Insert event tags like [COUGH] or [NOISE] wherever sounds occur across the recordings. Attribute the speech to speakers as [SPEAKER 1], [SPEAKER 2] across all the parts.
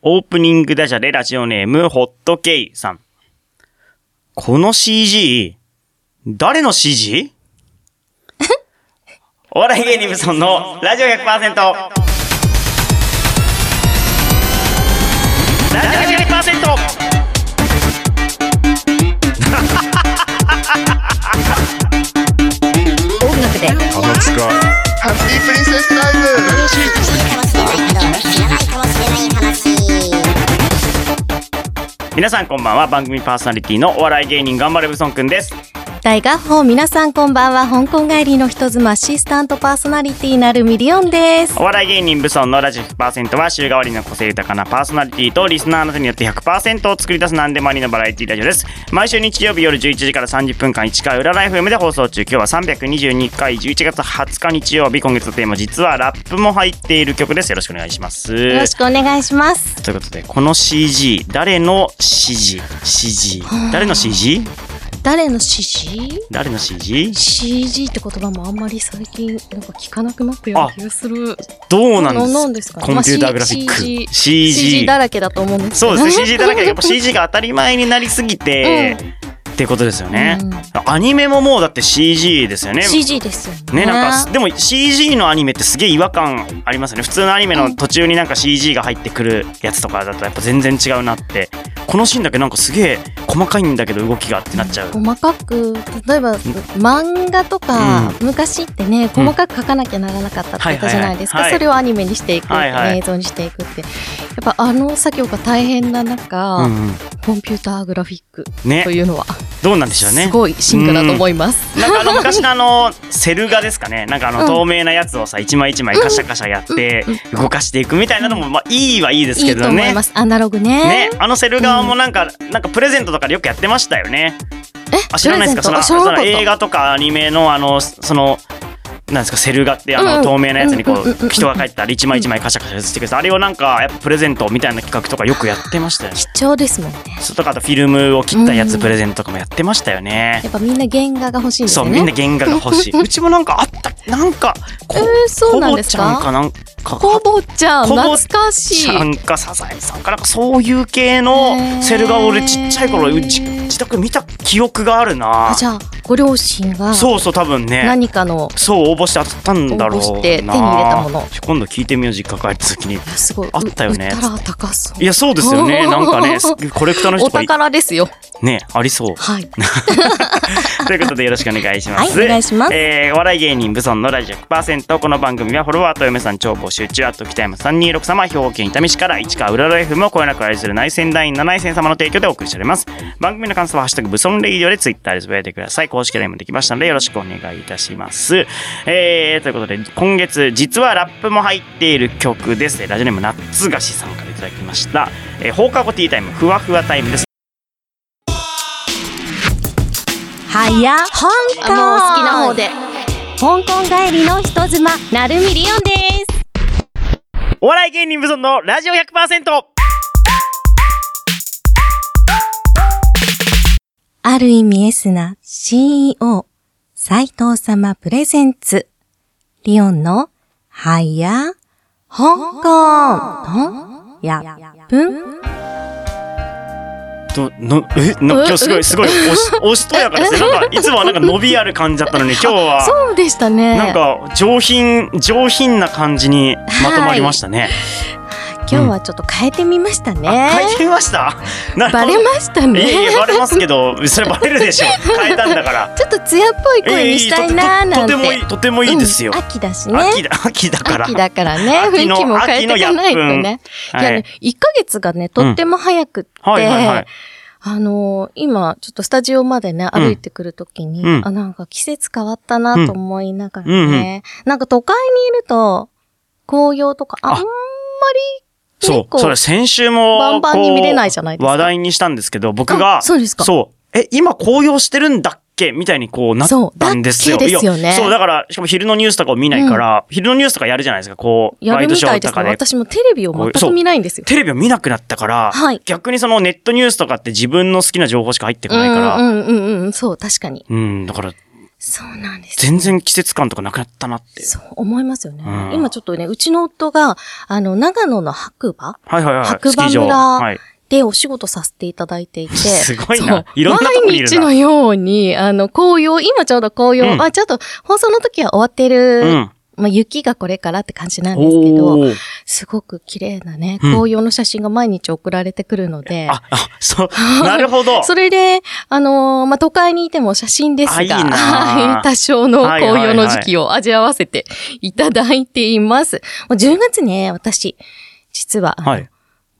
[SPEAKER 1] オープニングダジャレラジオネーム、ホットケイさん。この CG、誰の CG? お笑い芸人ブソンのラジオ 100%! ラジオ 100%!
[SPEAKER 2] 音楽で
[SPEAKER 3] 鼻つか
[SPEAKER 4] ハッピープリンセスタイム
[SPEAKER 1] 皆さんこんばんは、番組パーソナリティのお笑い芸人頑張れブソンくんです。
[SPEAKER 2] 大合法皆さんこんばんは香港帰りの人妻アシスタントパーソナリティなるミリオンです
[SPEAKER 1] お笑い芸人ブソンのラジオ100%は週替わりの個性豊かなパーソナリティとリスナーの手によって100%を作り出す何でもありのバラエティラジオです。毎週日曜日夜11時から30分間1回裏ライフ M で放送中。今日は322回11月20日日曜日。今月のテーマ実はラップも入っている曲です。よろしくお願いします。
[SPEAKER 2] よろしくお願いします
[SPEAKER 1] ということで、この CG、誰の CG? CG。誰の CG?
[SPEAKER 2] 誰の CG?
[SPEAKER 1] 誰の CG?
[SPEAKER 2] CG って言葉もあんまり最近なんか聞かなくなったような気がする
[SPEAKER 1] どうなんです
[SPEAKER 2] なんですかね
[SPEAKER 1] コンピューターグラフィック。
[SPEAKER 2] まあ CG
[SPEAKER 1] CG
[SPEAKER 2] CG だらけだと思うんですけ
[SPEAKER 1] そ
[SPEAKER 2] ど
[SPEAKER 1] うですね CG だらけでやっぱ CG が当たり前になりすぎて、ってことですよね、アニメももうだって CG ですよね
[SPEAKER 2] CG ですよね
[SPEAKER 1] ねなんかでも CG のアニメってすげえ違和感ありますよね普通のアニメの途中になんか CG が入ってくるやつとかだとやっぱ全然違うなってこのシーンだけなんかすげえ細かいんだけど動きがってなっちゃう、
[SPEAKER 2] 細かく例えば漫画とか、昔ってね細かく書かなきゃならなかったって言ったじゃないですか、
[SPEAKER 1] はいはいはいはい
[SPEAKER 2] それをアニメにしていくって、
[SPEAKER 1] はいはい
[SPEAKER 2] 映像にしていくってやっぱあの作業が大変な中、
[SPEAKER 1] うんうん
[SPEAKER 2] コンピューターグラフィック
[SPEAKER 1] ね
[SPEAKER 2] というのは、
[SPEAKER 1] どうなんでしょうね
[SPEAKER 2] すごい進化だと思います。
[SPEAKER 1] なんかあの昔のあのセル画ですかねなんかあ
[SPEAKER 2] う
[SPEAKER 1] の
[SPEAKER 2] ん
[SPEAKER 1] 透明なやつをさ一枚一枚カシャカシャやって動かしていくみたいなのもまあいいはいいです
[SPEAKER 2] い
[SPEAKER 1] け
[SPEAKER 2] いと
[SPEAKER 1] ど
[SPEAKER 2] 思
[SPEAKER 1] ね
[SPEAKER 2] います。アナログ
[SPEAKER 1] ね、
[SPEAKER 2] ね。
[SPEAKER 1] あのセル側もなんか、なんかプレゼントとかでよくやってましたよね。あ、知らないですか、
[SPEAKER 2] プ
[SPEAKER 1] その、そ
[SPEAKER 2] レゼントあ知らな
[SPEAKER 1] の
[SPEAKER 2] かった
[SPEAKER 1] 映画とかアニメの、あの、その。なんですかセル画ってあの、
[SPEAKER 2] うん
[SPEAKER 1] 透明なやつにこ
[SPEAKER 2] うんうんうんう
[SPEAKER 1] うん人が帰ったら一枚一枚カシャカシャしてくれてあれをなんかやっぱプレゼントみたいな企画とかよくやってましたよね。
[SPEAKER 2] 貴重ですもんね。
[SPEAKER 1] それとかあとフィルムを切ったや
[SPEAKER 2] う
[SPEAKER 1] つ
[SPEAKER 2] ん
[SPEAKER 1] プレゼントとかもやってましたよね
[SPEAKER 2] や。っぱみんな原画が欲しいんです
[SPEAKER 1] そ
[SPEAKER 2] よ
[SPEAKER 1] う
[SPEAKER 2] ね。
[SPEAKER 1] みんな原画が欲しい。うちもなんかあったなんかこ
[SPEAKER 2] えーそうなん
[SPEAKER 1] コボ
[SPEAKER 2] です
[SPEAKER 1] ちゃ
[SPEAKER 2] か
[SPEAKER 1] んかなんか
[SPEAKER 2] コボちゃん
[SPEAKER 1] コ
[SPEAKER 2] 懐
[SPEAKER 1] ボ
[SPEAKER 2] かしい。
[SPEAKER 1] ちゃんかサザエさんかなんかそういう系のセル画を俺ちっちゃい頃
[SPEAKER 2] へー
[SPEAKER 1] うち自宅見た記憶があるな
[SPEAKER 2] あじゃあご両親が
[SPEAKER 1] そうそう多分ね
[SPEAKER 2] 何かの
[SPEAKER 1] そう応募して当たったんだろうな
[SPEAKER 2] 応募して手に入れたもの
[SPEAKER 1] 今度聞いてみよう実家帰った時に
[SPEAKER 2] すごい
[SPEAKER 1] あったよね
[SPEAKER 2] う売ったら高そう。
[SPEAKER 1] いやそうですよ
[SPEAKER 2] [LAUGHS]
[SPEAKER 1] ね
[SPEAKER 2] おー
[SPEAKER 1] なんかねすコレクターの人
[SPEAKER 2] お
[SPEAKER 1] とかい
[SPEAKER 2] 宝ですよ。
[SPEAKER 1] ねありそう
[SPEAKER 2] はい。
[SPEAKER 1] ということでよろしくお願いします。
[SPEAKER 2] はいお願いします
[SPEAKER 1] えーお笑い芸人ブソンのラジオ100%この番組はフォロワーと嫁さん超募集中あと北山326様兵庫県伊丹市から市川浦ライフもこよなく愛する内戦ライン7戦様の提供でお送りしております。番組の感想はハッシュタグブソンレイディオでツイッターでつぶやいてください。公式 LINE もできましたのでよろしくお願いいたします。えーということで今月実はラップも入っている曲です。ラジオネームナッツ菓子さんからいただきました。えー放課後ティータイムふわふわタイムです。
[SPEAKER 2] はや香港
[SPEAKER 5] あもう好きな方
[SPEAKER 2] で香港帰りの人妻なるみりおんです
[SPEAKER 1] お笑い芸人無存のラジオ 100%!
[SPEAKER 2] ある意味エスな CEO 斉藤様プレゼンツリオンのはや香港とやっぷん
[SPEAKER 1] どのえの今日すごいすごいお
[SPEAKER 2] [LAUGHS]
[SPEAKER 1] しおしとやかですねなんかいつもはなんか伸びある感じだったのに今日
[SPEAKER 2] [LAUGHS]
[SPEAKER 1] は
[SPEAKER 2] そうでしたね
[SPEAKER 1] なんか上品上品な感じにまとまりましたね。
[SPEAKER 2] 今日はちょっと変えてみましたね、
[SPEAKER 1] あ変えてみました。なるほ
[SPEAKER 2] バ
[SPEAKER 1] ど
[SPEAKER 2] レました
[SPEAKER 1] いえい
[SPEAKER 2] ね
[SPEAKER 1] えバレますけどそれバレるでしょ
[SPEAKER 2] [LAUGHS]
[SPEAKER 1] 変えたんだから。
[SPEAKER 2] ちょっと艶っぽい声にしたい
[SPEAKER 1] え
[SPEAKER 2] なー
[SPEAKER 1] えいいと
[SPEAKER 2] なん
[SPEAKER 1] ととて
[SPEAKER 2] て、
[SPEAKER 1] もいいとてもいいですよ
[SPEAKER 2] うん。秋だしね
[SPEAKER 1] 秋だ秋だから。
[SPEAKER 2] 秋だからね、雰
[SPEAKER 1] 秋の
[SPEAKER 2] 囲気も変えていかないとね。い
[SPEAKER 1] は
[SPEAKER 2] やね
[SPEAKER 1] い、
[SPEAKER 2] 1ヶ月がね、とっても早くって、
[SPEAKER 1] はいはいはい。
[SPEAKER 2] あのー今、ちょっとスタジオまでね、
[SPEAKER 1] うん
[SPEAKER 2] 歩いてくるときに、
[SPEAKER 1] うん
[SPEAKER 2] あ、なんか季節変わったなと思いながらね、
[SPEAKER 1] うんうん
[SPEAKER 2] なんか都会にいると、紅葉とか、あん
[SPEAKER 1] あ
[SPEAKER 2] まり結
[SPEAKER 1] そう、
[SPEAKER 2] 構
[SPEAKER 1] それ先週も、
[SPEAKER 2] バンバンに見れないじゃないですか
[SPEAKER 1] こう話題にしたんですけど、僕が、
[SPEAKER 2] あそうですか
[SPEAKER 1] そうえ、今紅葉してるんだっけみたいにこうなったんですよ。
[SPEAKER 2] そうだっけですよね
[SPEAKER 1] いやそう、だから、しかも昼のニュースとかを見ないから、昼のニュースとかやるじゃないですか、こう、
[SPEAKER 2] や
[SPEAKER 1] ワイ
[SPEAKER 2] る
[SPEAKER 1] ド
[SPEAKER 2] み
[SPEAKER 1] シ
[SPEAKER 2] た
[SPEAKER 1] ョー
[SPEAKER 2] いで
[SPEAKER 1] と
[SPEAKER 2] す
[SPEAKER 1] か
[SPEAKER 2] ね。
[SPEAKER 1] で。
[SPEAKER 2] 私もテレビを全く見ないんですよ。
[SPEAKER 1] テレビを見なくなったから、
[SPEAKER 2] はい
[SPEAKER 1] 逆にそのネットニュースとかって自分の好きな情報しか入ってこ
[SPEAKER 2] う
[SPEAKER 1] ないから、
[SPEAKER 2] んうんうんうん、そう、確かに。
[SPEAKER 1] うん、だから、
[SPEAKER 2] そうなんです。
[SPEAKER 1] 全然季節感とかなくなったなって。
[SPEAKER 2] そう思いますよね。
[SPEAKER 1] うん
[SPEAKER 2] 今ちょっとね、うちの夫が、あの、長野の白馬
[SPEAKER 1] はいはいはい。
[SPEAKER 2] 白馬村
[SPEAKER 1] スキー場はい。
[SPEAKER 2] でお仕事させていただいていて。
[SPEAKER 1] すごいな
[SPEAKER 2] そう
[SPEAKER 1] いろんなとこにいるな
[SPEAKER 2] 毎日のように、あの、紅葉、今ちょうど紅葉、
[SPEAKER 1] うん
[SPEAKER 2] あ、ちょっと放送の時は終わってる、
[SPEAKER 1] うん。
[SPEAKER 2] まあ雪がこれからって感じなんですけど、
[SPEAKER 1] おー。
[SPEAKER 2] すごく綺麗なね、
[SPEAKER 1] うん
[SPEAKER 2] 紅葉の写真が毎日送られてくるので、
[SPEAKER 1] あ、あ、
[SPEAKER 2] [LAUGHS]
[SPEAKER 1] そう、なるほど。
[SPEAKER 2] それで、あのーまあ、都会にいても写真です
[SPEAKER 1] あいい
[SPEAKER 2] が、
[SPEAKER 1] な
[SPEAKER 2] はい [LAUGHS] 多少の
[SPEAKER 1] はいはいはい
[SPEAKER 2] 紅葉の時期を味わわせていただいています。もう10月ね、私、実は、あの
[SPEAKER 1] はい。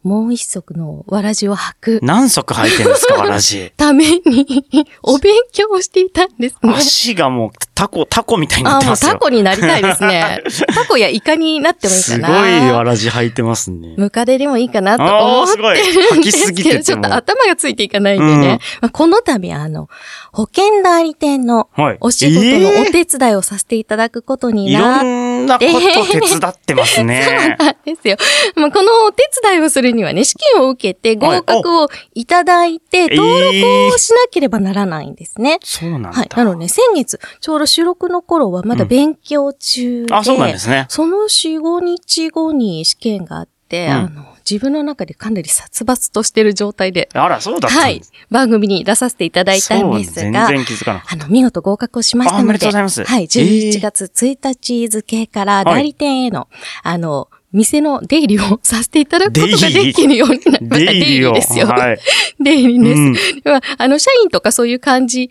[SPEAKER 2] もう一足のわらじを履く
[SPEAKER 1] 何足履いてるん
[SPEAKER 2] [LAUGHS]
[SPEAKER 1] ですか、わらじ。
[SPEAKER 2] ために [LAUGHS] お勉強をしていたんですね。
[SPEAKER 1] 足がもうタコ、タコみたいになっ
[SPEAKER 2] ああ、
[SPEAKER 1] て
[SPEAKER 2] も
[SPEAKER 1] ま
[SPEAKER 2] う
[SPEAKER 1] すよ。
[SPEAKER 2] タコになりたいで
[SPEAKER 1] [LAUGHS]
[SPEAKER 2] すね。タコやイカになってもいいか
[SPEAKER 1] すご
[SPEAKER 2] な。
[SPEAKER 1] いわらじ履いてますね。
[SPEAKER 2] ムカデでもいいかなと
[SPEAKER 1] あ
[SPEAKER 2] 思
[SPEAKER 1] あ、
[SPEAKER 2] っ
[SPEAKER 1] すごい。
[SPEAKER 2] てるん
[SPEAKER 1] 履
[SPEAKER 2] で
[SPEAKER 1] き
[SPEAKER 2] す
[SPEAKER 1] すぎ
[SPEAKER 2] け
[SPEAKER 1] て
[SPEAKER 2] ど、ち
[SPEAKER 1] て
[SPEAKER 2] ょっ
[SPEAKER 1] も。
[SPEAKER 2] と
[SPEAKER 1] は
[SPEAKER 2] 頭がついていかないんでね。まあ、この度、あの、保険代理店の
[SPEAKER 1] い。
[SPEAKER 2] お仕事のお
[SPEAKER 1] え
[SPEAKER 2] 手伝いをさせていただくこと
[SPEAKER 1] えい
[SPEAKER 2] に
[SPEAKER 1] ろ
[SPEAKER 2] なっ
[SPEAKER 1] んなこと手伝ってますね。
[SPEAKER 2] たんですよ。まあ、このお手伝いをするにはね、試験を受けて合格をいただいて、
[SPEAKER 1] ええ
[SPEAKER 2] 登録をしなければならないんですね。
[SPEAKER 1] そうなんだ。
[SPEAKER 2] はい。なので、先月、ちょうど収録の頃はまだ勉強中で、
[SPEAKER 1] あ、そうなんですね。
[SPEAKER 2] その4、5日後に試験があって、
[SPEAKER 1] うん
[SPEAKER 2] あの、自分の中でかなり殺伐としてる状態で、
[SPEAKER 1] あら、そうだったん
[SPEAKER 2] は
[SPEAKER 1] だ
[SPEAKER 2] い、番組に出させていただいたんで
[SPEAKER 1] そう
[SPEAKER 2] す
[SPEAKER 1] 全
[SPEAKER 2] が、
[SPEAKER 1] 然気づかなかっ
[SPEAKER 2] あの、見事合格をしましたので、
[SPEAKER 1] あおめでとうございます
[SPEAKER 2] はい、
[SPEAKER 1] えー
[SPEAKER 2] 11月1日付から代理店への、あの、店の出入りをさせていただくことが
[SPEAKER 1] 出入り
[SPEAKER 2] できるようになりま
[SPEAKER 1] た。
[SPEAKER 2] し
[SPEAKER 1] 出
[SPEAKER 2] た。
[SPEAKER 1] 入りを。
[SPEAKER 2] ですよ。
[SPEAKER 1] はい。
[SPEAKER 2] [LAUGHS] 出入りです。
[SPEAKER 1] うん
[SPEAKER 2] まあ、あの、社員とかそういう感じ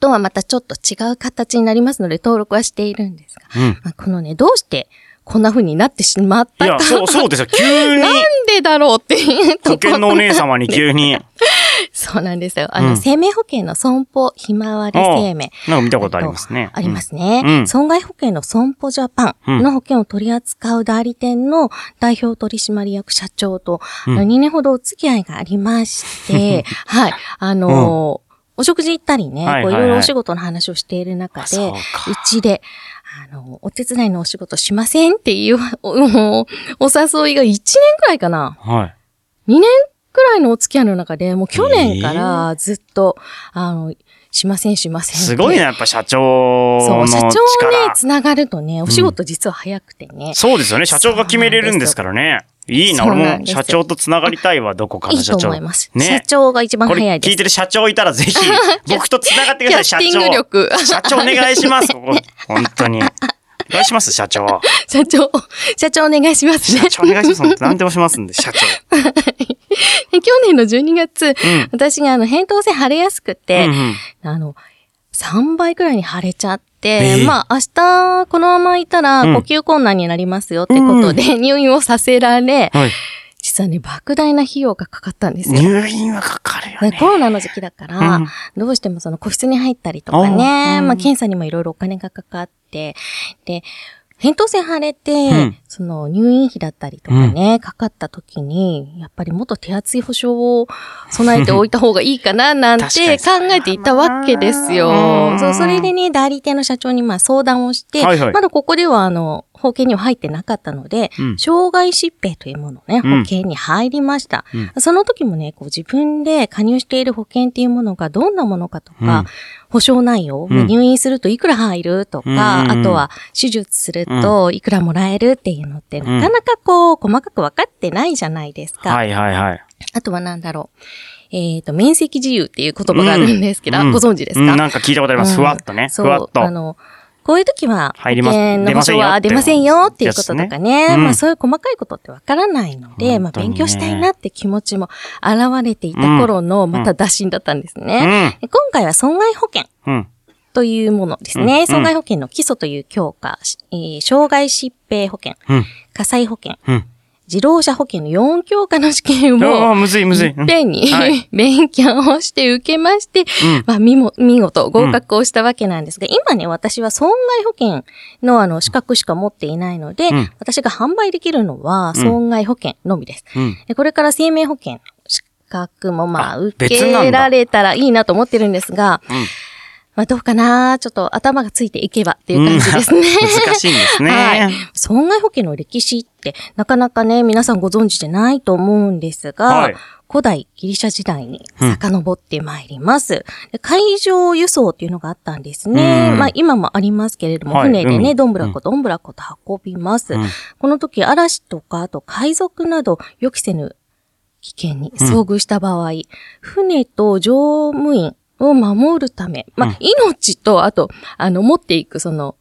[SPEAKER 2] とはまたちょっと違う形になりますので、登録はしているんですが、
[SPEAKER 1] うん。
[SPEAKER 2] まあ、このね、どうしてこんな風になってしまっ
[SPEAKER 1] い
[SPEAKER 2] たか。
[SPEAKER 1] や、そう、そうですよ。急に、
[SPEAKER 2] [LAUGHS] なんでだろうっていう
[SPEAKER 1] 保
[SPEAKER 2] とこ
[SPEAKER 1] 険
[SPEAKER 2] ろ
[SPEAKER 1] のお姉様に急に、
[SPEAKER 2] [LAUGHS] そうなんですよ。あの、
[SPEAKER 1] うん
[SPEAKER 2] 生命保険の損保ひまわり生命。
[SPEAKER 1] なんか見たことありますね。
[SPEAKER 2] ありますね、
[SPEAKER 1] うん
[SPEAKER 2] 損害保険の損保ジャパンの保険を取り扱う代理店の代表取締役社長と、
[SPEAKER 1] うん
[SPEAKER 2] あの2年ほどお付き合いがありまして、
[SPEAKER 1] [LAUGHS]
[SPEAKER 2] はい、あのーお食事行ったりね、
[SPEAKER 1] はい
[SPEAKER 2] こう
[SPEAKER 1] はいはい
[SPEAKER 2] いろいろお仕事の話をしている中
[SPEAKER 1] あ
[SPEAKER 2] で、
[SPEAKER 1] そううか
[SPEAKER 2] ちで、あの、お手伝いのお仕事しませんっていう [LAUGHS] おおお誘いが1年くらいかな。
[SPEAKER 1] うん。はい。
[SPEAKER 2] 2年くらいのお付き合いの中で、もう去年からずっと、あの、しませんしませんって。
[SPEAKER 1] すごいな、やっぱ社長
[SPEAKER 2] そ
[SPEAKER 1] の
[SPEAKER 2] う、社長
[SPEAKER 1] 力。
[SPEAKER 2] ね、つながるとね、お仕事実は早くてね、
[SPEAKER 1] そうですよね。社長が決めれるんですからね。いいな、
[SPEAKER 2] そうな
[SPEAKER 1] 俺
[SPEAKER 2] ん
[SPEAKER 1] も
[SPEAKER 2] ですよ
[SPEAKER 1] 社長と繋がりたいわ、どこか
[SPEAKER 2] い
[SPEAKER 1] の
[SPEAKER 2] い
[SPEAKER 1] 社
[SPEAKER 2] と
[SPEAKER 1] 長。
[SPEAKER 2] 思います。社
[SPEAKER 1] ね。
[SPEAKER 2] 長が一番
[SPEAKER 1] これ
[SPEAKER 2] 早い
[SPEAKER 1] 聞い
[SPEAKER 2] です。
[SPEAKER 1] てる社長いたらぜ
[SPEAKER 2] [LAUGHS]
[SPEAKER 1] ひ、僕と繋がってください、社
[SPEAKER 2] キャスティング
[SPEAKER 1] 長。
[SPEAKER 2] 力。
[SPEAKER 1] 社長お願いします、ここ。本当に。お願いします、社長。
[SPEAKER 2] 社長、社長お願いしますね
[SPEAKER 1] 社。長お願いします。本当何でもしますんで、社長。
[SPEAKER 2] [LAUGHS] 去年の12月、
[SPEAKER 1] うん
[SPEAKER 2] 私があの、扁桃腺腫れやすくて、
[SPEAKER 1] うんうん
[SPEAKER 2] あの、3倍くらいに腫れちゃって、
[SPEAKER 1] ええ
[SPEAKER 2] まあ明日このままいたら
[SPEAKER 1] う
[SPEAKER 2] 呼
[SPEAKER 1] ん
[SPEAKER 2] 吸困難になりますよってことで、 [LAUGHS] 入院をさせられ、
[SPEAKER 1] はい。
[SPEAKER 2] 実はね、莫大な費用がかかったんですよ。
[SPEAKER 1] 入院はかかるよね。
[SPEAKER 2] コロナの時期だから、
[SPEAKER 1] うん
[SPEAKER 2] どうしてもその個室に入ったりとかね、
[SPEAKER 1] あーうん
[SPEAKER 2] まあ検査にもいろいろお金がかかって、で、扁桃腺腫れて、
[SPEAKER 1] ん
[SPEAKER 2] その入院費だったりとかね、かかった時に、やっぱりもっと手厚い保障を備えておいた方がいいかな、なんて
[SPEAKER 1] 確かに
[SPEAKER 2] 考えていたわけです
[SPEAKER 1] う
[SPEAKER 2] よ。
[SPEAKER 1] ん
[SPEAKER 2] そう、それでね、代理店の社長にまあ相談をして、
[SPEAKER 1] はいはい
[SPEAKER 2] まだここではあの、保険には入ってなかったので、
[SPEAKER 1] うん
[SPEAKER 2] 障害疾病というものね、
[SPEAKER 1] うん
[SPEAKER 2] 保険に入りました。
[SPEAKER 1] うん
[SPEAKER 2] その時もね、こう自分で加入している保険っていうものがどんなものかとか、
[SPEAKER 1] うん
[SPEAKER 2] 保証内容、
[SPEAKER 1] うん
[SPEAKER 2] 入院するといくら入るとか、
[SPEAKER 1] うんうんうん
[SPEAKER 2] あとは手術するといくらもらえるっていうのって、
[SPEAKER 1] ん
[SPEAKER 2] なかなかこう、細かく分かってないじゃないですか。
[SPEAKER 1] はいはいはい。
[SPEAKER 2] あとはなんだろう。えっ、と、面積自由っていう言葉があるんですけど、
[SPEAKER 1] うん
[SPEAKER 2] ご存知ですか、
[SPEAKER 1] うんなんか聞いたことあります。
[SPEAKER 2] うん
[SPEAKER 1] ふわっとね。ふ
[SPEAKER 2] そう
[SPEAKER 1] わっと。
[SPEAKER 2] あの、こういう時は、保
[SPEAKER 1] 入ります
[SPEAKER 2] 険の保証は出
[SPEAKER 1] 出
[SPEAKER 2] ま
[SPEAKER 1] ま
[SPEAKER 2] せ
[SPEAKER 1] せ
[SPEAKER 2] ん
[SPEAKER 1] ん
[SPEAKER 2] よ
[SPEAKER 1] よ
[SPEAKER 2] っ
[SPEAKER 1] ってて
[SPEAKER 2] い
[SPEAKER 1] いうう
[SPEAKER 2] こととか
[SPEAKER 1] やつ
[SPEAKER 2] ね。
[SPEAKER 1] ねうん
[SPEAKER 2] まあそういう細かいことってわからないの
[SPEAKER 1] 本
[SPEAKER 2] で、
[SPEAKER 1] 当にね
[SPEAKER 2] まあ勉強したいなって気持ちも現れていた頃の、また打診だったんですね。
[SPEAKER 1] うん。
[SPEAKER 2] で今回は損害保険
[SPEAKER 1] うん。
[SPEAKER 2] というものです
[SPEAKER 1] うんう
[SPEAKER 2] ね。
[SPEAKER 1] ん
[SPEAKER 2] 損害保険の基礎という強化、えー障害疾病保険、
[SPEAKER 1] うん。
[SPEAKER 2] 火災保険、
[SPEAKER 1] うん。
[SPEAKER 2] 自動車保険の4強化の試験
[SPEAKER 1] あ
[SPEAKER 2] [LAUGHS] を、
[SPEAKER 1] あ、むずいむず
[SPEAKER 2] い
[SPEAKER 1] い。う
[SPEAKER 2] っ
[SPEAKER 1] ん
[SPEAKER 2] ぺんに、
[SPEAKER 1] はい
[SPEAKER 2] 勉強をして受けまして、
[SPEAKER 1] うん
[SPEAKER 2] まあ、見も、見事合格をしたわけなんですが、今ね、私は損害保険のあの、資格しか持っていないので、
[SPEAKER 1] うん
[SPEAKER 2] 私が販売できるのは、
[SPEAKER 1] うん
[SPEAKER 2] 損害保険のみです。
[SPEAKER 1] うん。
[SPEAKER 2] でこれから生命保険の資格もまあ、
[SPEAKER 1] あ
[SPEAKER 2] 受
[SPEAKER 1] 別なん
[SPEAKER 2] け
[SPEAKER 1] だ
[SPEAKER 2] られたらいいなと思ってるんですが、
[SPEAKER 1] うん
[SPEAKER 2] まあどうかなちょっと頭がついていけばっていう感じですね。
[SPEAKER 1] うん [LAUGHS] 難しいんですね。
[SPEAKER 2] はい。 [LAUGHS] 損害保険の歴史ってなかなかね、皆さんご存知でないと思うんですが、
[SPEAKER 1] はい
[SPEAKER 2] 古代ギリシャ時代に遡ってまいります。で海上輸送っていうのがあったんですね。
[SPEAKER 1] うん
[SPEAKER 2] まあ今もありますけれども、
[SPEAKER 1] はい
[SPEAKER 2] 船でね、
[SPEAKER 1] 海
[SPEAKER 2] どんぶらこどんぶらこと運びます。
[SPEAKER 1] うん
[SPEAKER 2] この時嵐とか、あと海賊など予期せぬ危険に遭遇した場合、船と乗務員を守るため、まあ、
[SPEAKER 1] うん
[SPEAKER 2] 命と、あと、あの、持っていく、その、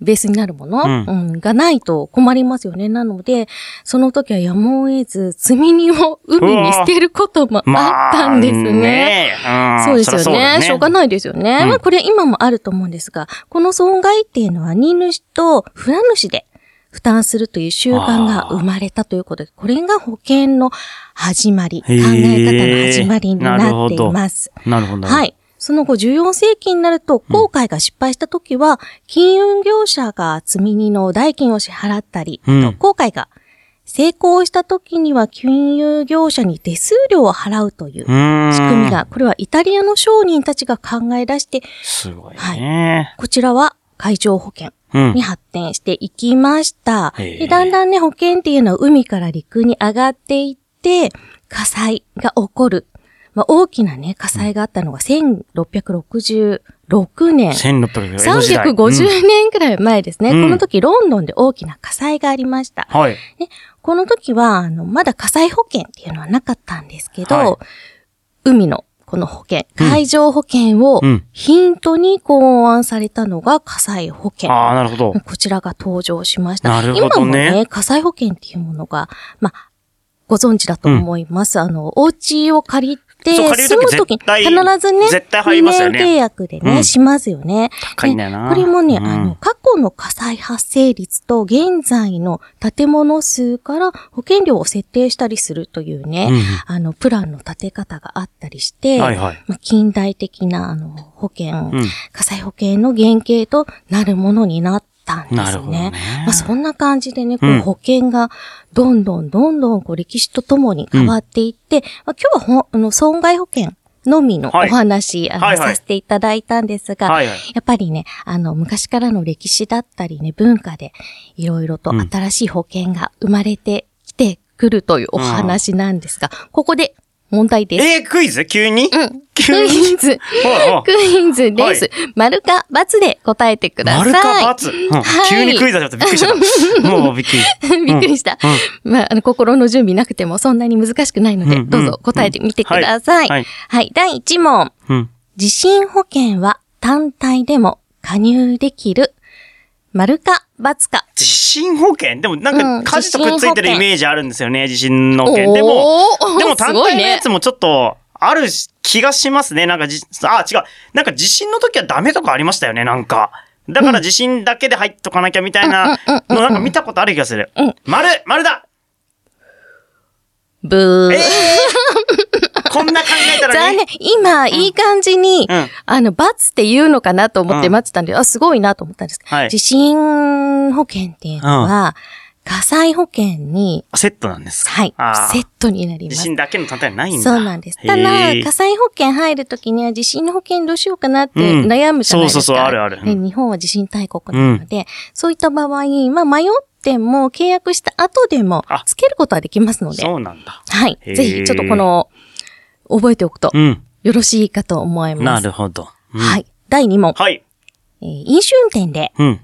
[SPEAKER 2] ベースになるもの、
[SPEAKER 1] うん
[SPEAKER 2] うんがないと困りますよね。なので、その時はやむを得ず、積み荷を海に捨てることもあったんですね。
[SPEAKER 1] まあ
[SPEAKER 2] そうですよね。しょうが
[SPEAKER 1] ない。
[SPEAKER 2] ないですよね。
[SPEAKER 1] うん
[SPEAKER 2] まあこれ今もあると思うんですが、この損害っていうのは荷主と船主で負担するという習慣が生まれたということで、これが保険の始まり、考
[SPEAKER 1] へ
[SPEAKER 2] え
[SPEAKER 1] ー
[SPEAKER 2] 方の始まりにな
[SPEAKER 1] なるほ
[SPEAKER 2] ってい
[SPEAKER 1] ど
[SPEAKER 2] ます。
[SPEAKER 1] なるほど。
[SPEAKER 2] はい。その後、14世紀になると、航海が失敗した時は、金運業者が積み荷の代金を支払ったり、
[SPEAKER 1] うん
[SPEAKER 2] と航海が成功した時には金融業者に手数料を払うという
[SPEAKER 1] うーん。
[SPEAKER 2] 仕組みが、これはイタリアの商人たちが考え出して、
[SPEAKER 1] すごいね。
[SPEAKER 2] こちらは海上保険
[SPEAKER 1] うん
[SPEAKER 2] に。発展していきました。
[SPEAKER 1] へえ
[SPEAKER 2] で、だんだんね、保険っていうのは海から陸に上がっていって、火災が起こる。まあ、大きなね、火災があったのが1666年。
[SPEAKER 1] 1600
[SPEAKER 2] 350年くらい前ですね。
[SPEAKER 1] うん
[SPEAKER 2] この時、ロンドンで大きな火災がありました。
[SPEAKER 1] はい。
[SPEAKER 2] この時は、あの、まだ火災保険っていうのはなかったんですけど、
[SPEAKER 1] はい
[SPEAKER 2] 海のこの保険、
[SPEAKER 1] うん
[SPEAKER 2] 海上保険を
[SPEAKER 1] うん
[SPEAKER 2] ヒントに考案されたのが火災保険。
[SPEAKER 1] ああ、なるほど。
[SPEAKER 2] こちらが登場しました。
[SPEAKER 1] なるほどね
[SPEAKER 2] 今もね、火災保険っていうものが、まあ、ご存知だと思います。あの、お家を借りて、
[SPEAKER 1] そう借りる
[SPEAKER 2] 住む
[SPEAKER 1] 時
[SPEAKER 2] 時に
[SPEAKER 1] 絶対
[SPEAKER 2] 必ずね、
[SPEAKER 1] 絶対入りますよね
[SPEAKER 2] 二年契約でね、
[SPEAKER 1] うん
[SPEAKER 2] しますよね。
[SPEAKER 1] 高いんだよな。
[SPEAKER 2] これもね、
[SPEAKER 1] うん
[SPEAKER 2] あの、、過去の火災発生率と現在の建物数から保険料を設定したりするというね、
[SPEAKER 1] うんうん
[SPEAKER 2] あの、プランの立て方があったりして、
[SPEAKER 1] はいはい。
[SPEAKER 2] まあ近代的な、あの、保険、
[SPEAKER 1] うん。
[SPEAKER 2] 火災保険の原型となるものになったんですね。
[SPEAKER 1] なるほどね。
[SPEAKER 2] まあ、そんな感じでね、こ
[SPEAKER 1] う
[SPEAKER 2] うん保険がどんどんどんどんこう歴史とともに変わっていって、まあ、今日はほあの損害保険のみのお
[SPEAKER 1] はい
[SPEAKER 2] 話、あの
[SPEAKER 1] はいはい
[SPEAKER 2] させていただいたんですが、
[SPEAKER 1] はいはい。
[SPEAKER 2] やっぱりね、あの、昔からの歴史だったりね、文化で、いろいろと
[SPEAKER 1] うん
[SPEAKER 2] 新しい保険が生まれてきてくるというお話なんですが、ここで問題です。
[SPEAKER 1] えー、クイズ急に
[SPEAKER 2] うん。ク
[SPEAKER 1] 急
[SPEAKER 2] [LAUGHS]
[SPEAKER 1] に
[SPEAKER 2] イズ。
[SPEAKER 1] おいおい
[SPEAKER 2] クイズです。丸か×で答えてくださ
[SPEAKER 1] 丸
[SPEAKER 2] い。
[SPEAKER 1] か×、うん
[SPEAKER 2] はい
[SPEAKER 1] 急にクイズだとびっくりした。もうびっくり。
[SPEAKER 2] [LAUGHS] びっくりした。まあ、あの、心の準備なくてもそんなに難しくないので、
[SPEAKER 1] うんうん
[SPEAKER 2] どうぞ答えてみてください。
[SPEAKER 1] はい。
[SPEAKER 2] はい、第1問。
[SPEAKER 1] うん。
[SPEAKER 2] 地震保険は単体でも加入できる。丸か×か。
[SPEAKER 1] 地震保険でも
[SPEAKER 2] う
[SPEAKER 1] なんんか火事とくっついてる
[SPEAKER 2] 地震保険
[SPEAKER 1] イメージあるんですよね、地震の保険。でも、
[SPEAKER 2] おー
[SPEAKER 1] でも単体のや
[SPEAKER 2] す
[SPEAKER 1] つもちょっと、あるし気がしますね。なんかじ、あ、違う。なんか地震の時はダメとかありましたよね、なんか。だから地震だけで入っとかなきゃみたいなのなんか見たことある気がする。丸丸だ
[SPEAKER 2] ごいねブー。
[SPEAKER 1] えーこんな考えたら
[SPEAKER 2] [LAUGHS] 残
[SPEAKER 1] ね
[SPEAKER 2] 念。。今、いい感じに、
[SPEAKER 1] うん
[SPEAKER 2] あの、×って言うのかなと思って
[SPEAKER 1] うん
[SPEAKER 2] 待ってたんで、あ、すごいなと思ったんですけど、
[SPEAKER 1] はい
[SPEAKER 2] 地震保険っていうのは、火災保険に、
[SPEAKER 1] セットなんですか。
[SPEAKER 2] はい
[SPEAKER 1] あ、ー
[SPEAKER 2] セットになりま
[SPEAKER 1] 地
[SPEAKER 2] す。
[SPEAKER 1] 震だけの単体はないんだ。
[SPEAKER 2] そうなんです。ただ、
[SPEAKER 1] へー
[SPEAKER 2] 火災保険入るときには地震の保険どうしようかなって
[SPEAKER 1] うん
[SPEAKER 2] 悩むじゃない
[SPEAKER 1] そ
[SPEAKER 2] ですか。
[SPEAKER 1] うそうそうあるあるうん
[SPEAKER 2] ね日本は地震大国なので、そういった場合、まあ迷っても契約した後でも
[SPEAKER 1] あ
[SPEAKER 2] つけることはできますので、
[SPEAKER 1] そうなんだ。
[SPEAKER 2] はい。
[SPEAKER 1] へー
[SPEAKER 2] ぜひ、ちょっとこの、覚えておくと
[SPEAKER 1] うん。
[SPEAKER 2] よろしいかと思いま
[SPEAKER 1] な
[SPEAKER 2] す。
[SPEAKER 1] るほど。うん
[SPEAKER 2] はい。第2問。
[SPEAKER 1] はい。
[SPEAKER 2] えー飲酒運転で
[SPEAKER 1] うん。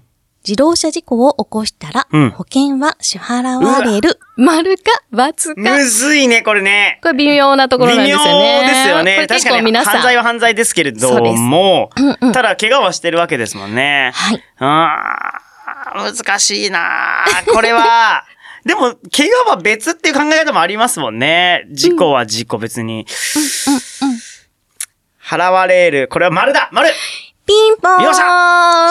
[SPEAKER 2] 自動車事故を起こしたら、
[SPEAKER 1] うん
[SPEAKER 2] 保険は支払われる。丸か、×か。
[SPEAKER 1] むずいね、これね。
[SPEAKER 2] これ微妙なところ
[SPEAKER 1] 微
[SPEAKER 2] なんです
[SPEAKER 1] 妙
[SPEAKER 2] よね。
[SPEAKER 1] ですよ
[SPEAKER 2] こ
[SPEAKER 1] ね。
[SPEAKER 2] れ
[SPEAKER 1] 確
[SPEAKER 2] 結
[SPEAKER 1] か
[SPEAKER 2] 構
[SPEAKER 1] に
[SPEAKER 2] 皆さん。
[SPEAKER 1] 犯罪は犯罪ですけれ
[SPEAKER 2] そう
[SPEAKER 1] ど
[SPEAKER 2] です
[SPEAKER 1] も
[SPEAKER 2] うんうん、
[SPEAKER 1] ただ怪我はしてるわけですもんね。
[SPEAKER 2] はい。
[SPEAKER 1] あー難しいなーこれは。 [LAUGHS] でも、怪我は別っていう考え方もありますもんね。事故は事故別に。払われる。これは丸だ丸
[SPEAKER 2] ピンポーン
[SPEAKER 1] よっ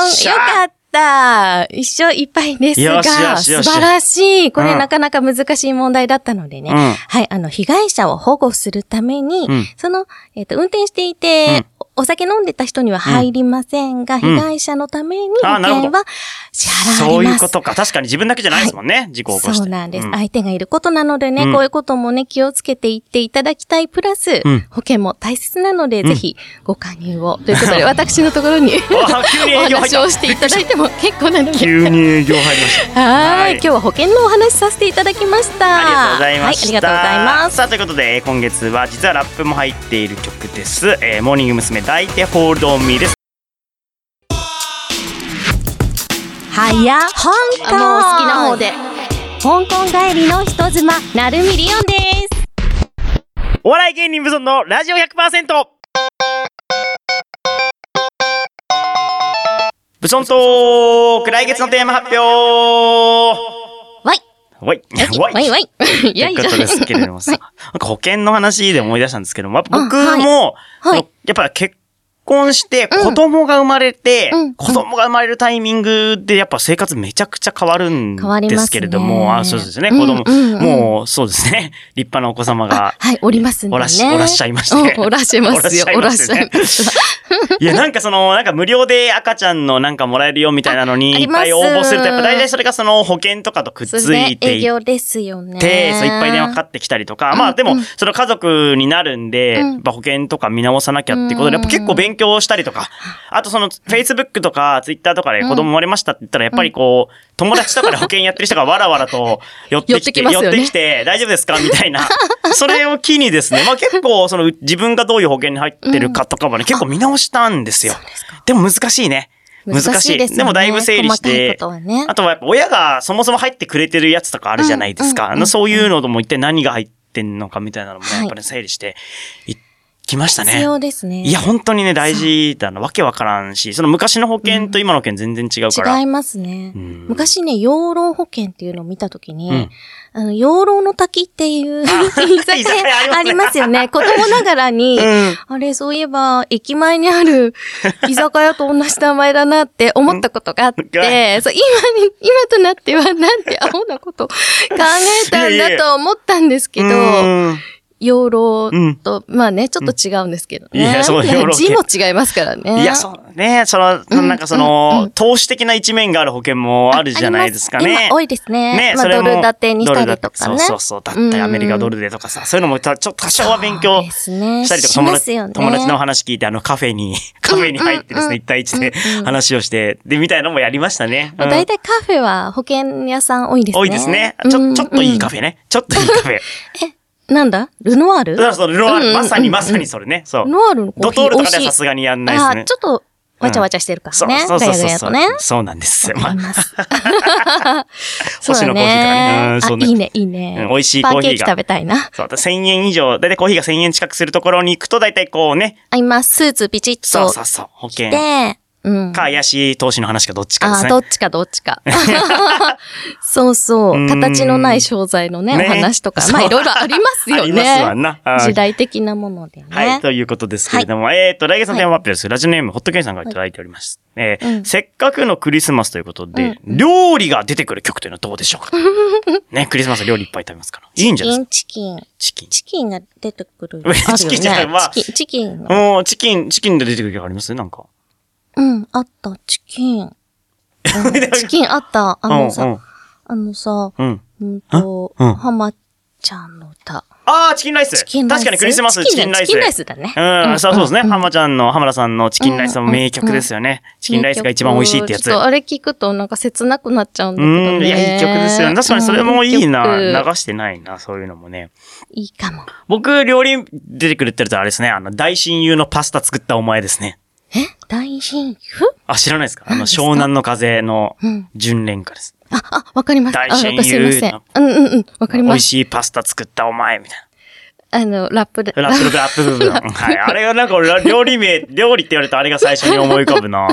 [SPEAKER 1] し
[SPEAKER 2] よかった一生いっぱいです
[SPEAKER 1] よ
[SPEAKER 2] が、
[SPEAKER 1] しよし
[SPEAKER 2] 素
[SPEAKER 1] よし
[SPEAKER 2] 晴らしいこれ
[SPEAKER 1] うん
[SPEAKER 2] なかなか難しい問題だったのでね。
[SPEAKER 1] うん
[SPEAKER 2] はい、あの、被害者を保護するために、
[SPEAKER 1] うん
[SPEAKER 2] その、えっ、と、運転していて、お酒飲んでた人には入りませんが、被害者のために保
[SPEAKER 1] あーなるほど
[SPEAKER 2] 険は支払
[SPEAKER 1] そ
[SPEAKER 2] わ
[SPEAKER 1] う
[SPEAKER 2] れ
[SPEAKER 1] い
[SPEAKER 2] ま
[SPEAKER 1] う
[SPEAKER 2] す
[SPEAKER 1] こ。とか。確かに自分だけじゃないですもんね。事故を起こして。
[SPEAKER 2] そうなんです、
[SPEAKER 1] う
[SPEAKER 2] 相手がいることなのでね、
[SPEAKER 1] うん
[SPEAKER 2] こういうこともね、気をつけていっていただきたい。プラス、
[SPEAKER 1] うん
[SPEAKER 2] 保険も大切なので、
[SPEAKER 1] うん
[SPEAKER 2] ぜひご加入を。とい
[SPEAKER 1] [LAUGHS]
[SPEAKER 2] うことで、私のところに
[SPEAKER 1] わあ急に
[SPEAKER 2] お
[SPEAKER 1] 営業入っ
[SPEAKER 2] 話を
[SPEAKER 1] た。
[SPEAKER 2] していただいても結構
[SPEAKER 1] [LAUGHS]
[SPEAKER 2] なので。
[SPEAKER 1] 急に営業入りました。
[SPEAKER 2] は
[SPEAKER 1] はい
[SPEAKER 2] い。今日は保険のお話しさせていただきました。
[SPEAKER 1] ありがとうございました。
[SPEAKER 2] はい、ありがとうございます。
[SPEAKER 1] さあ、ということで、えー今月は実はラップも入っている曲です。えーモーニング娘。抱いてホールドオンミーです。
[SPEAKER 2] はや、香港
[SPEAKER 3] もう好きな方で。
[SPEAKER 2] 香港帰りの人妻、なるみりおんです。
[SPEAKER 1] お笑い芸人無存のラジオ 100%! ブソントーク来月のテーマ発表
[SPEAKER 2] わい。
[SPEAKER 1] わい。
[SPEAKER 2] わいわい。いや
[SPEAKER 1] と
[SPEAKER 2] い
[SPEAKER 1] いうことですけれどもさ、なんか保険の話で思い出したんですけども、やっぱ僕
[SPEAKER 2] あはい
[SPEAKER 1] も、
[SPEAKER 2] はい
[SPEAKER 1] やっぱ結婚して
[SPEAKER 2] うん
[SPEAKER 1] 子供が生まれて、
[SPEAKER 2] うん
[SPEAKER 1] 子供が生まれるタイミングでやっぱ生活めちゃくちゃ変わるん
[SPEAKER 2] 変わり
[SPEAKER 1] で
[SPEAKER 2] ますね
[SPEAKER 1] すけれども、あそうですね、子供、
[SPEAKER 2] うんうんうん
[SPEAKER 1] もうそうですね、立派なお子様が
[SPEAKER 2] はい、おりますんでね。
[SPEAKER 1] おらしおらっしゃいまして
[SPEAKER 2] うんおらっしゃいますよ。
[SPEAKER 1] [LAUGHS] お
[SPEAKER 2] お
[SPEAKER 1] ら
[SPEAKER 2] ら
[SPEAKER 1] っ
[SPEAKER 2] っ
[SPEAKER 1] し
[SPEAKER 2] し
[SPEAKER 1] ゃ
[SPEAKER 2] ゃ
[SPEAKER 1] い
[SPEAKER 2] い
[SPEAKER 1] ま
[SPEAKER 2] ます。
[SPEAKER 1] [LAUGHS] いや、なんかその、なんか無料で赤ちゃんのなんかもらえるよみたいなのに、
[SPEAKER 2] ああ
[SPEAKER 1] いっ
[SPEAKER 2] りま
[SPEAKER 1] ぱ
[SPEAKER 2] す
[SPEAKER 1] い応募すると、やっぱ大体それがその保険とかとくっつ
[SPEAKER 2] そうですね
[SPEAKER 1] いて
[SPEAKER 2] 営
[SPEAKER 1] いて、
[SPEAKER 2] 業ですよね。
[SPEAKER 1] そういっぱい電話かかってきたりとか、
[SPEAKER 2] うん
[SPEAKER 1] まあでも
[SPEAKER 2] うん、
[SPEAKER 1] その家族になるんで、
[SPEAKER 2] うん
[SPEAKER 1] やっぱ保険とか見直さなきゃってことで、やっぱ結構勉強したりとか、あとその Facebook とか Twitter とかで子供生まれましたって言ったら、やっぱりこう、友達とかで保険やってる人がわらわらと寄って
[SPEAKER 2] [LAUGHS] 寄っ
[SPEAKER 1] き
[SPEAKER 2] て
[SPEAKER 1] て、
[SPEAKER 2] きますよね
[SPEAKER 1] 寄ってきて、大丈夫ですかみたい
[SPEAKER 2] [LAUGHS]
[SPEAKER 1] な。それを機にですね、まあ結構その自分がどういう保険に入ってるかとかはね、結構見直したんですよ。でも難しいね。難しい。
[SPEAKER 2] ですよね
[SPEAKER 1] でもだいぶ整理し
[SPEAKER 2] 細かい
[SPEAKER 1] て
[SPEAKER 2] こと、はね
[SPEAKER 1] あ。とはやっぱ親がそもそも入ってくれてるやつとかあるじゃないです
[SPEAKER 2] うん
[SPEAKER 1] か。
[SPEAKER 2] うんうん
[SPEAKER 1] そういうのとも一体何が入ってんのかみたいなのもね
[SPEAKER 2] はい
[SPEAKER 1] やっぱり整理していきました
[SPEAKER 2] 必
[SPEAKER 1] ね。
[SPEAKER 2] 要ですね。
[SPEAKER 1] いや、本当にね、大事だな。わけわからんし、その昔の保険と今の保険全然違うから。
[SPEAKER 2] 違いますね。
[SPEAKER 1] うん
[SPEAKER 2] 昔ね、養老保険っていうのを見たときに、
[SPEAKER 1] うん
[SPEAKER 2] あの、養老の滝っていう居
[SPEAKER 1] 居酒屋ありま
[SPEAKER 2] 酒
[SPEAKER 1] すね
[SPEAKER 2] 屋ありますよね。子供ながらに、
[SPEAKER 1] うん
[SPEAKER 2] あれ、そういえば、駅前に
[SPEAKER 1] [LAUGHS]
[SPEAKER 2] ある居酒屋と同じ名前だなって思ったことがあ
[SPEAKER 1] [LAUGHS]
[SPEAKER 2] っ
[SPEAKER 1] う
[SPEAKER 2] て、そう今に、今となってはなんてアホなこ
[SPEAKER 1] [LAUGHS]
[SPEAKER 2] とを考えたんだと思ったんですけど、
[SPEAKER 1] うん
[SPEAKER 2] 養老と、まあね、ちょっと違うんですけどね。
[SPEAKER 1] うんいやそう養老
[SPEAKER 2] 字も違いますからね。
[SPEAKER 1] いや、そうね。その、
[SPEAKER 2] うん
[SPEAKER 1] なんかそ
[SPEAKER 2] うんう
[SPEAKER 1] の
[SPEAKER 2] ん、
[SPEAKER 1] 投資的な一面がある保険もあるじゃないですか
[SPEAKER 2] あります
[SPEAKER 1] ね。
[SPEAKER 2] 今多いですね。
[SPEAKER 1] ね、
[SPEAKER 2] まあ、
[SPEAKER 1] それ
[SPEAKER 2] ド
[SPEAKER 1] も
[SPEAKER 2] ル建てにしたりとか
[SPEAKER 1] ドル
[SPEAKER 2] ね。
[SPEAKER 1] 建てそうそうそう。だったり、アメリカドルでとかさ、そういうのもたちょっと多少は勉強したりとか、
[SPEAKER 2] し
[SPEAKER 1] 友
[SPEAKER 2] ます
[SPEAKER 1] 達
[SPEAKER 2] よね。
[SPEAKER 1] 友達のお話聞いて、あの、カフェに、カフェに入ってですね、一対一で話をして、で、みたいのもやりましたね。
[SPEAKER 2] まあ、
[SPEAKER 1] うん
[SPEAKER 2] 大体カフェは保険屋さん多いですね。
[SPEAKER 1] 多いですね。ちょ、ちょっといいカ
[SPEAKER 2] フ
[SPEAKER 1] フェね。ちょっといいカフェ。
[SPEAKER 2] ェ。なんだルノワール
[SPEAKER 1] [LAUGHS] だからそのルノワー
[SPEAKER 2] うんう
[SPEAKER 1] ル、
[SPEAKER 2] んうん
[SPEAKER 1] まさにまさにそれね。そう
[SPEAKER 2] ル。ノワールのコ
[SPEAKER 1] ド
[SPEAKER 2] ーヒ
[SPEAKER 1] トー
[SPEAKER 2] ー
[SPEAKER 1] ル
[SPEAKER 2] 美
[SPEAKER 1] と
[SPEAKER 2] 味
[SPEAKER 1] かで
[SPEAKER 2] し。
[SPEAKER 1] はいさすがにやんないです
[SPEAKER 2] あ
[SPEAKER 1] ね
[SPEAKER 2] ー。ちょっと、わちゃわちゃしてるか
[SPEAKER 1] そ
[SPEAKER 2] ら
[SPEAKER 1] う
[SPEAKER 2] ね。
[SPEAKER 1] そうそうそう
[SPEAKER 2] ガヤガヤ
[SPEAKER 1] そう
[SPEAKER 2] とね。。
[SPEAKER 1] そうなんです。まあ
[SPEAKER 2] います。
[SPEAKER 1] 星のコーヒーからねうん
[SPEAKER 2] そ
[SPEAKER 1] そ
[SPEAKER 2] うん
[SPEAKER 1] な
[SPEAKER 2] だね。あ、いいね、いいね
[SPEAKER 1] うん。美味しいコーヒーが
[SPEAKER 2] パンケーキ食べたいな。
[SPEAKER 1] そう、1000円以上、だいたいコーヒーが1000円近くするところに行くと、だいたいこうね、
[SPEAKER 2] あ、今、スーツピチッと。
[SPEAKER 1] そうそうそう、保険か
[SPEAKER 2] で、うん。
[SPEAKER 1] 怪しい投資の話かどっちかで
[SPEAKER 2] あ
[SPEAKER 1] す
[SPEAKER 2] あ、
[SPEAKER 1] ね
[SPEAKER 2] ど。っちかどっ
[SPEAKER 1] [LAUGHS]
[SPEAKER 2] ちか。そうそうう。
[SPEAKER 1] ん
[SPEAKER 2] 形のない商材のね、
[SPEAKER 1] ね
[SPEAKER 2] お話とか。
[SPEAKER 1] そう
[SPEAKER 2] まあ、いろいろあります
[SPEAKER 1] あ
[SPEAKER 2] よ
[SPEAKER 1] りますわ
[SPEAKER 2] ね。
[SPEAKER 1] な。うん
[SPEAKER 2] 時代的なものでね。
[SPEAKER 1] はい、ということですけれども、えっ、と、来月のテーマ発表です。ラジオネーム、ホットケンさんがいただいております。えー
[SPEAKER 2] うん
[SPEAKER 1] せっかくのクリスマスということで、料理が出てくる曲というのはどうでしょ
[SPEAKER 2] [LAUGHS]
[SPEAKER 1] うかね、クリスマス料理いっぱい食べますから。いいんじ
[SPEAKER 2] チ
[SPEAKER 1] ゃないですか
[SPEAKER 2] キン、チキン。
[SPEAKER 1] チキン。
[SPEAKER 2] チキンが出てくる。あるよね
[SPEAKER 1] [LAUGHS] チキンじゃないまあ
[SPEAKER 2] チキン、チキンの。
[SPEAKER 1] もう、チキン、チキンで出てくる曲ありますなんか。
[SPEAKER 2] うん、あった、チキン。うん
[SPEAKER 1] [LAUGHS]
[SPEAKER 2] チキンあった。あの
[SPEAKER 1] う
[SPEAKER 2] さ
[SPEAKER 1] ん、
[SPEAKER 2] あのさ、
[SPEAKER 1] うん。うん。
[SPEAKER 2] うんと、
[SPEAKER 1] あうん
[SPEAKER 2] ハマちゃんの歌。
[SPEAKER 1] あー、チキンライス。
[SPEAKER 2] チキンライス。
[SPEAKER 1] 確かにクリスマス、チキンライス。
[SPEAKER 2] チキンライスだね。
[SPEAKER 1] うん、そうそうですね。
[SPEAKER 2] んん
[SPEAKER 1] 浜ちゃんの、浜田さんのチキンライスも名曲ですよね。チキンライスが一番美味しいってやつ。
[SPEAKER 2] ちょっとあれ聞くとなんか切なくなっちゃうん
[SPEAKER 1] う
[SPEAKER 2] だけど
[SPEAKER 1] ん、
[SPEAKER 2] ね。
[SPEAKER 1] いや、いい曲ですよね。確かにそれもいいな。
[SPEAKER 2] うんいい曲
[SPEAKER 1] 流してないな、そういうのもね。
[SPEAKER 2] いいかも。
[SPEAKER 1] 僕、料理出てくるって言ったらあれですね、あの、大親友のパスタ作ったお前ですね。
[SPEAKER 2] え大貧富
[SPEAKER 1] あ、知らないですかあの、
[SPEAKER 2] 何ですか
[SPEAKER 1] 湘南の風の
[SPEAKER 2] うん
[SPEAKER 1] 純恋歌です。
[SPEAKER 2] あ、あ、わかります。
[SPEAKER 1] 大
[SPEAKER 2] あ、
[SPEAKER 1] 親友
[SPEAKER 2] わかりません。うんうんうん。わかり
[SPEAKER 1] 美
[SPEAKER 2] ま
[SPEAKER 1] 味
[SPEAKER 2] す。
[SPEAKER 1] しいパスタ作ったお前、みたい
[SPEAKER 2] あの、ラップで。
[SPEAKER 1] な。ラップラップ
[SPEAKER 2] [LAUGHS]
[SPEAKER 1] 部分。はい。あれがなんか俺、料理名、料理って言われ
[SPEAKER 2] [LAUGHS]
[SPEAKER 1] たらあれが最初に思い浮かぶな。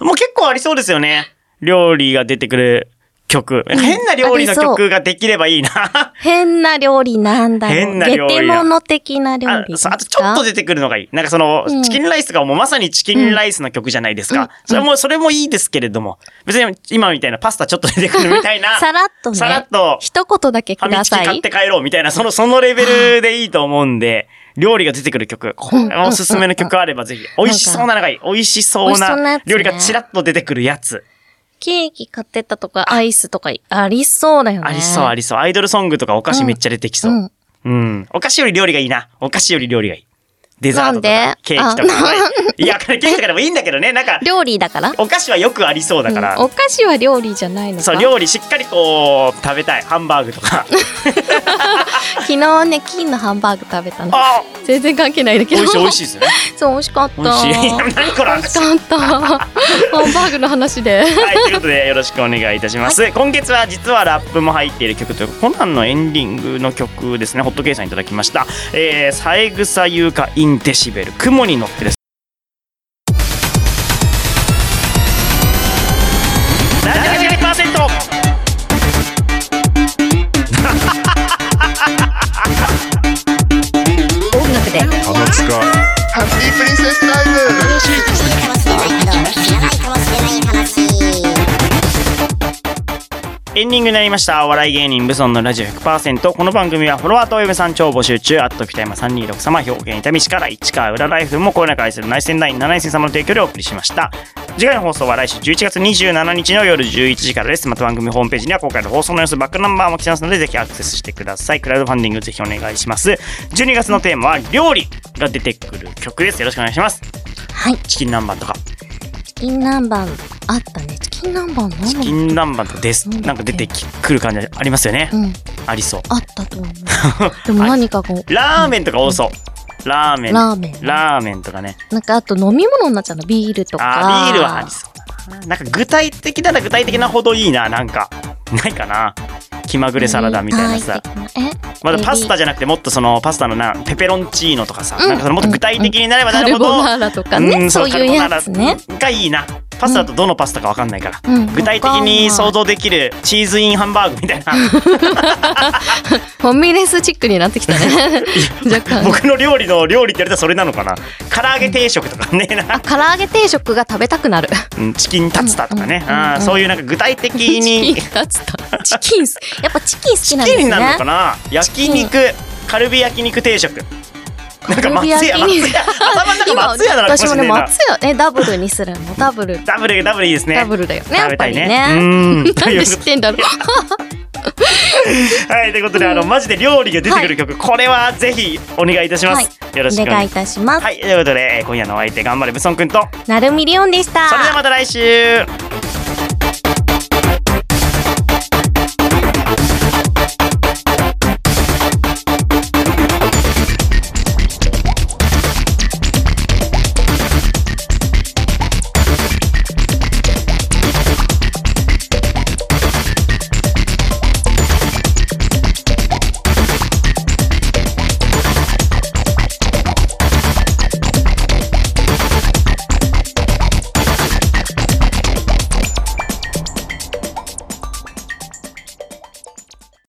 [SPEAKER 1] もう結構ありそうですよね。料理が出てくる曲。変な料理の曲ができればいいな。
[SPEAKER 2] 変な料理なんだろう。
[SPEAKER 1] 変な料理
[SPEAKER 2] ゲ
[SPEAKER 1] や
[SPEAKER 2] テモノ的な料
[SPEAKER 1] あ
[SPEAKER 2] 理です
[SPEAKER 1] そう
[SPEAKER 2] か。
[SPEAKER 1] あとちょっと出てくるのがいい。なんかその、
[SPEAKER 2] うん
[SPEAKER 1] チキンライスがもうまさにチキンライスの曲じゃないですか。
[SPEAKER 2] うん
[SPEAKER 1] それも、それもいいですけれども。別に今みたいなパスタちょっと出てくるみたいな。
[SPEAKER 2] さらっとね。
[SPEAKER 1] さらっと
[SPEAKER 2] 一言だけ
[SPEAKER 1] ファ
[SPEAKER 2] く
[SPEAKER 1] ミ
[SPEAKER 2] だ
[SPEAKER 1] チキ
[SPEAKER 2] さ
[SPEAKER 1] 買っ
[SPEAKER 2] い
[SPEAKER 1] て。帰ろうみたいな、その、そのレベルでいいと思うんで、料理が出てくる曲。これはおすすめの曲あればぜひ。美味しそうなのがいい。美味しそう
[SPEAKER 2] 美味しそうな
[SPEAKER 1] な
[SPEAKER 2] やつね
[SPEAKER 1] 料理がチラッと出てくるやつ。
[SPEAKER 2] ケーキ買ってったとか、アイスとかありそうだよね。
[SPEAKER 1] ありそうありそう。アイドルソングとかお菓子めっちゃ出てきそう。
[SPEAKER 2] うん。
[SPEAKER 1] うん。お菓子より料理がいいな。お菓子より料理がいい。デザートと
[SPEAKER 2] なん
[SPEAKER 1] か
[SPEAKER 2] で、
[SPEAKER 1] ケーキとか。いや、ケーキとかでもいいんだけどね。なん
[SPEAKER 2] [LAUGHS]
[SPEAKER 1] か、
[SPEAKER 2] 料理だから
[SPEAKER 1] お菓子はよくありそうだから。
[SPEAKER 2] うんお菓子は料理じゃないのか
[SPEAKER 1] そう、料理しっかりこう、食べたい。ハンバーグと
[SPEAKER 2] [LAUGHS]
[SPEAKER 1] か。
[SPEAKER 2] 昨日ね、金のハンバーグ食べたの。
[SPEAKER 1] あ
[SPEAKER 2] 全然関係ないんだけ
[SPEAKER 1] 美
[SPEAKER 2] ど。
[SPEAKER 1] 味しい美味しいですね。
[SPEAKER 2] そう、美味しかった。
[SPEAKER 1] 美味しい。 [LAUGHS] 何この
[SPEAKER 2] 美味
[SPEAKER 1] 話
[SPEAKER 2] し。かった。ハンバーグの話で。
[SPEAKER 1] はい、ということでよろしくお願いいたします。今月は実はラップも入っている曲というかコナンのエンディングの曲ですね、ホットケイさんいただきました。えー、三枝優香インデシベル、雲に乗ってです。72%
[SPEAKER 3] 音楽で
[SPEAKER 5] 鼻つか
[SPEAKER 4] ハッピープリンセスタイム
[SPEAKER 1] エンディングになりました。お笑い芸人ブソンのラジオ100%。この番組はフォロワーとお嫁さん超募集中。あっと北山326様、表現痛み市から市川裏ライフも声な愛する内戦ライン7戦様の提供でお送りしました。次回の放送は来週11月27日の夜11時からです。また番組ホームページには今回の放送の様子、バックナンバーも来てますので、ぜひアクセスしてください。クラウドファンディングぜひお願いします。12月のテーマは料理が出てくる曲です。よろしくお願いします。
[SPEAKER 2] はい、
[SPEAKER 1] チキン南蛮とか。
[SPEAKER 2] チキン南蛮あったね。チキン南蛮
[SPEAKER 1] チキ
[SPEAKER 2] 何
[SPEAKER 1] ン南蛮とかです。なんか出てきくる感じありますよね。
[SPEAKER 2] うん、
[SPEAKER 1] ありそう。
[SPEAKER 2] あったと思う。
[SPEAKER 1] [LAUGHS]
[SPEAKER 2] でも何かこう、
[SPEAKER 1] ラーメンとか多そう。ラーメン。
[SPEAKER 2] ラーメン
[SPEAKER 1] ラーメンとかね。
[SPEAKER 2] なんかあと飲み物になっちゃうの。ビールとか。
[SPEAKER 1] あー、ビールはありそうだな。なんか具体的なら具体的なほどいいな、なんか。ないかな。気まぐれサラダみたいなさ。
[SPEAKER 2] え
[SPEAKER 1] まだパスタじゃなくてもっとそのパスタのな、ペペロンチーノとかさ。なんかそのもっと具体的になればな
[SPEAKER 2] カ
[SPEAKER 1] る
[SPEAKER 2] ル
[SPEAKER 1] ほど。
[SPEAKER 2] ボナーラとかね、
[SPEAKER 1] ん
[SPEAKER 2] そういう
[SPEAKER 1] カルボナーラ
[SPEAKER 2] やつね。
[SPEAKER 1] がいいな。パスタだとどのパスタかわかんないから。
[SPEAKER 2] うん
[SPEAKER 1] 具体的に想像できるチーズインハンバーグみたいな。
[SPEAKER 2] ファミレスチックになってき
[SPEAKER 1] [LAUGHS]
[SPEAKER 2] たね。若干。
[SPEAKER 1] 僕の料理の料理って言われたらそれなのかな。唐揚げ定食とかね。なんか
[SPEAKER 2] 唐揚げ定食が食べたくなる。
[SPEAKER 1] うんチキンタツタとかね、
[SPEAKER 2] うんうんうん
[SPEAKER 1] あーそういうなんか具体的
[SPEAKER 2] チキン
[SPEAKER 1] にチ
[SPEAKER 2] 立つた。チキンす、やっぱチキン好きなんで
[SPEAKER 1] キン
[SPEAKER 2] す
[SPEAKER 1] になるのか
[SPEAKER 2] ね。
[SPEAKER 1] な焼肉カルビ焼肉定食なんか
[SPEAKER 2] カルビ
[SPEAKER 1] 松屋
[SPEAKER 2] 焼
[SPEAKER 1] 松
[SPEAKER 2] 肉 [LAUGHS]
[SPEAKER 1] 屋頭の中
[SPEAKER 2] 今
[SPEAKER 1] 松屋なのかもし
[SPEAKER 2] 私も
[SPEAKER 1] れな
[SPEAKER 2] ね
[SPEAKER 1] いな
[SPEAKER 2] 松屋えダブルにするのダブル
[SPEAKER 1] ダブルダブルいいですね
[SPEAKER 2] ダブルだよね
[SPEAKER 1] 食べたいね
[SPEAKER 2] やっぱり [LAUGHS]
[SPEAKER 1] うんと
[SPEAKER 2] なん
[SPEAKER 1] いう
[SPEAKER 2] で
[SPEAKER 1] こ
[SPEAKER 2] 知
[SPEAKER 1] と
[SPEAKER 2] ってんだろう
[SPEAKER 1] はいということであのマジで料理が出てくる曲、これはぜひお願いいたします、よろしく
[SPEAKER 2] お
[SPEAKER 1] お願
[SPEAKER 2] 願
[SPEAKER 1] い
[SPEAKER 2] いいたします
[SPEAKER 1] はいということでえー今夜のお相手頑張れブソンくんと
[SPEAKER 2] なるみりおんでした
[SPEAKER 1] それではまた来週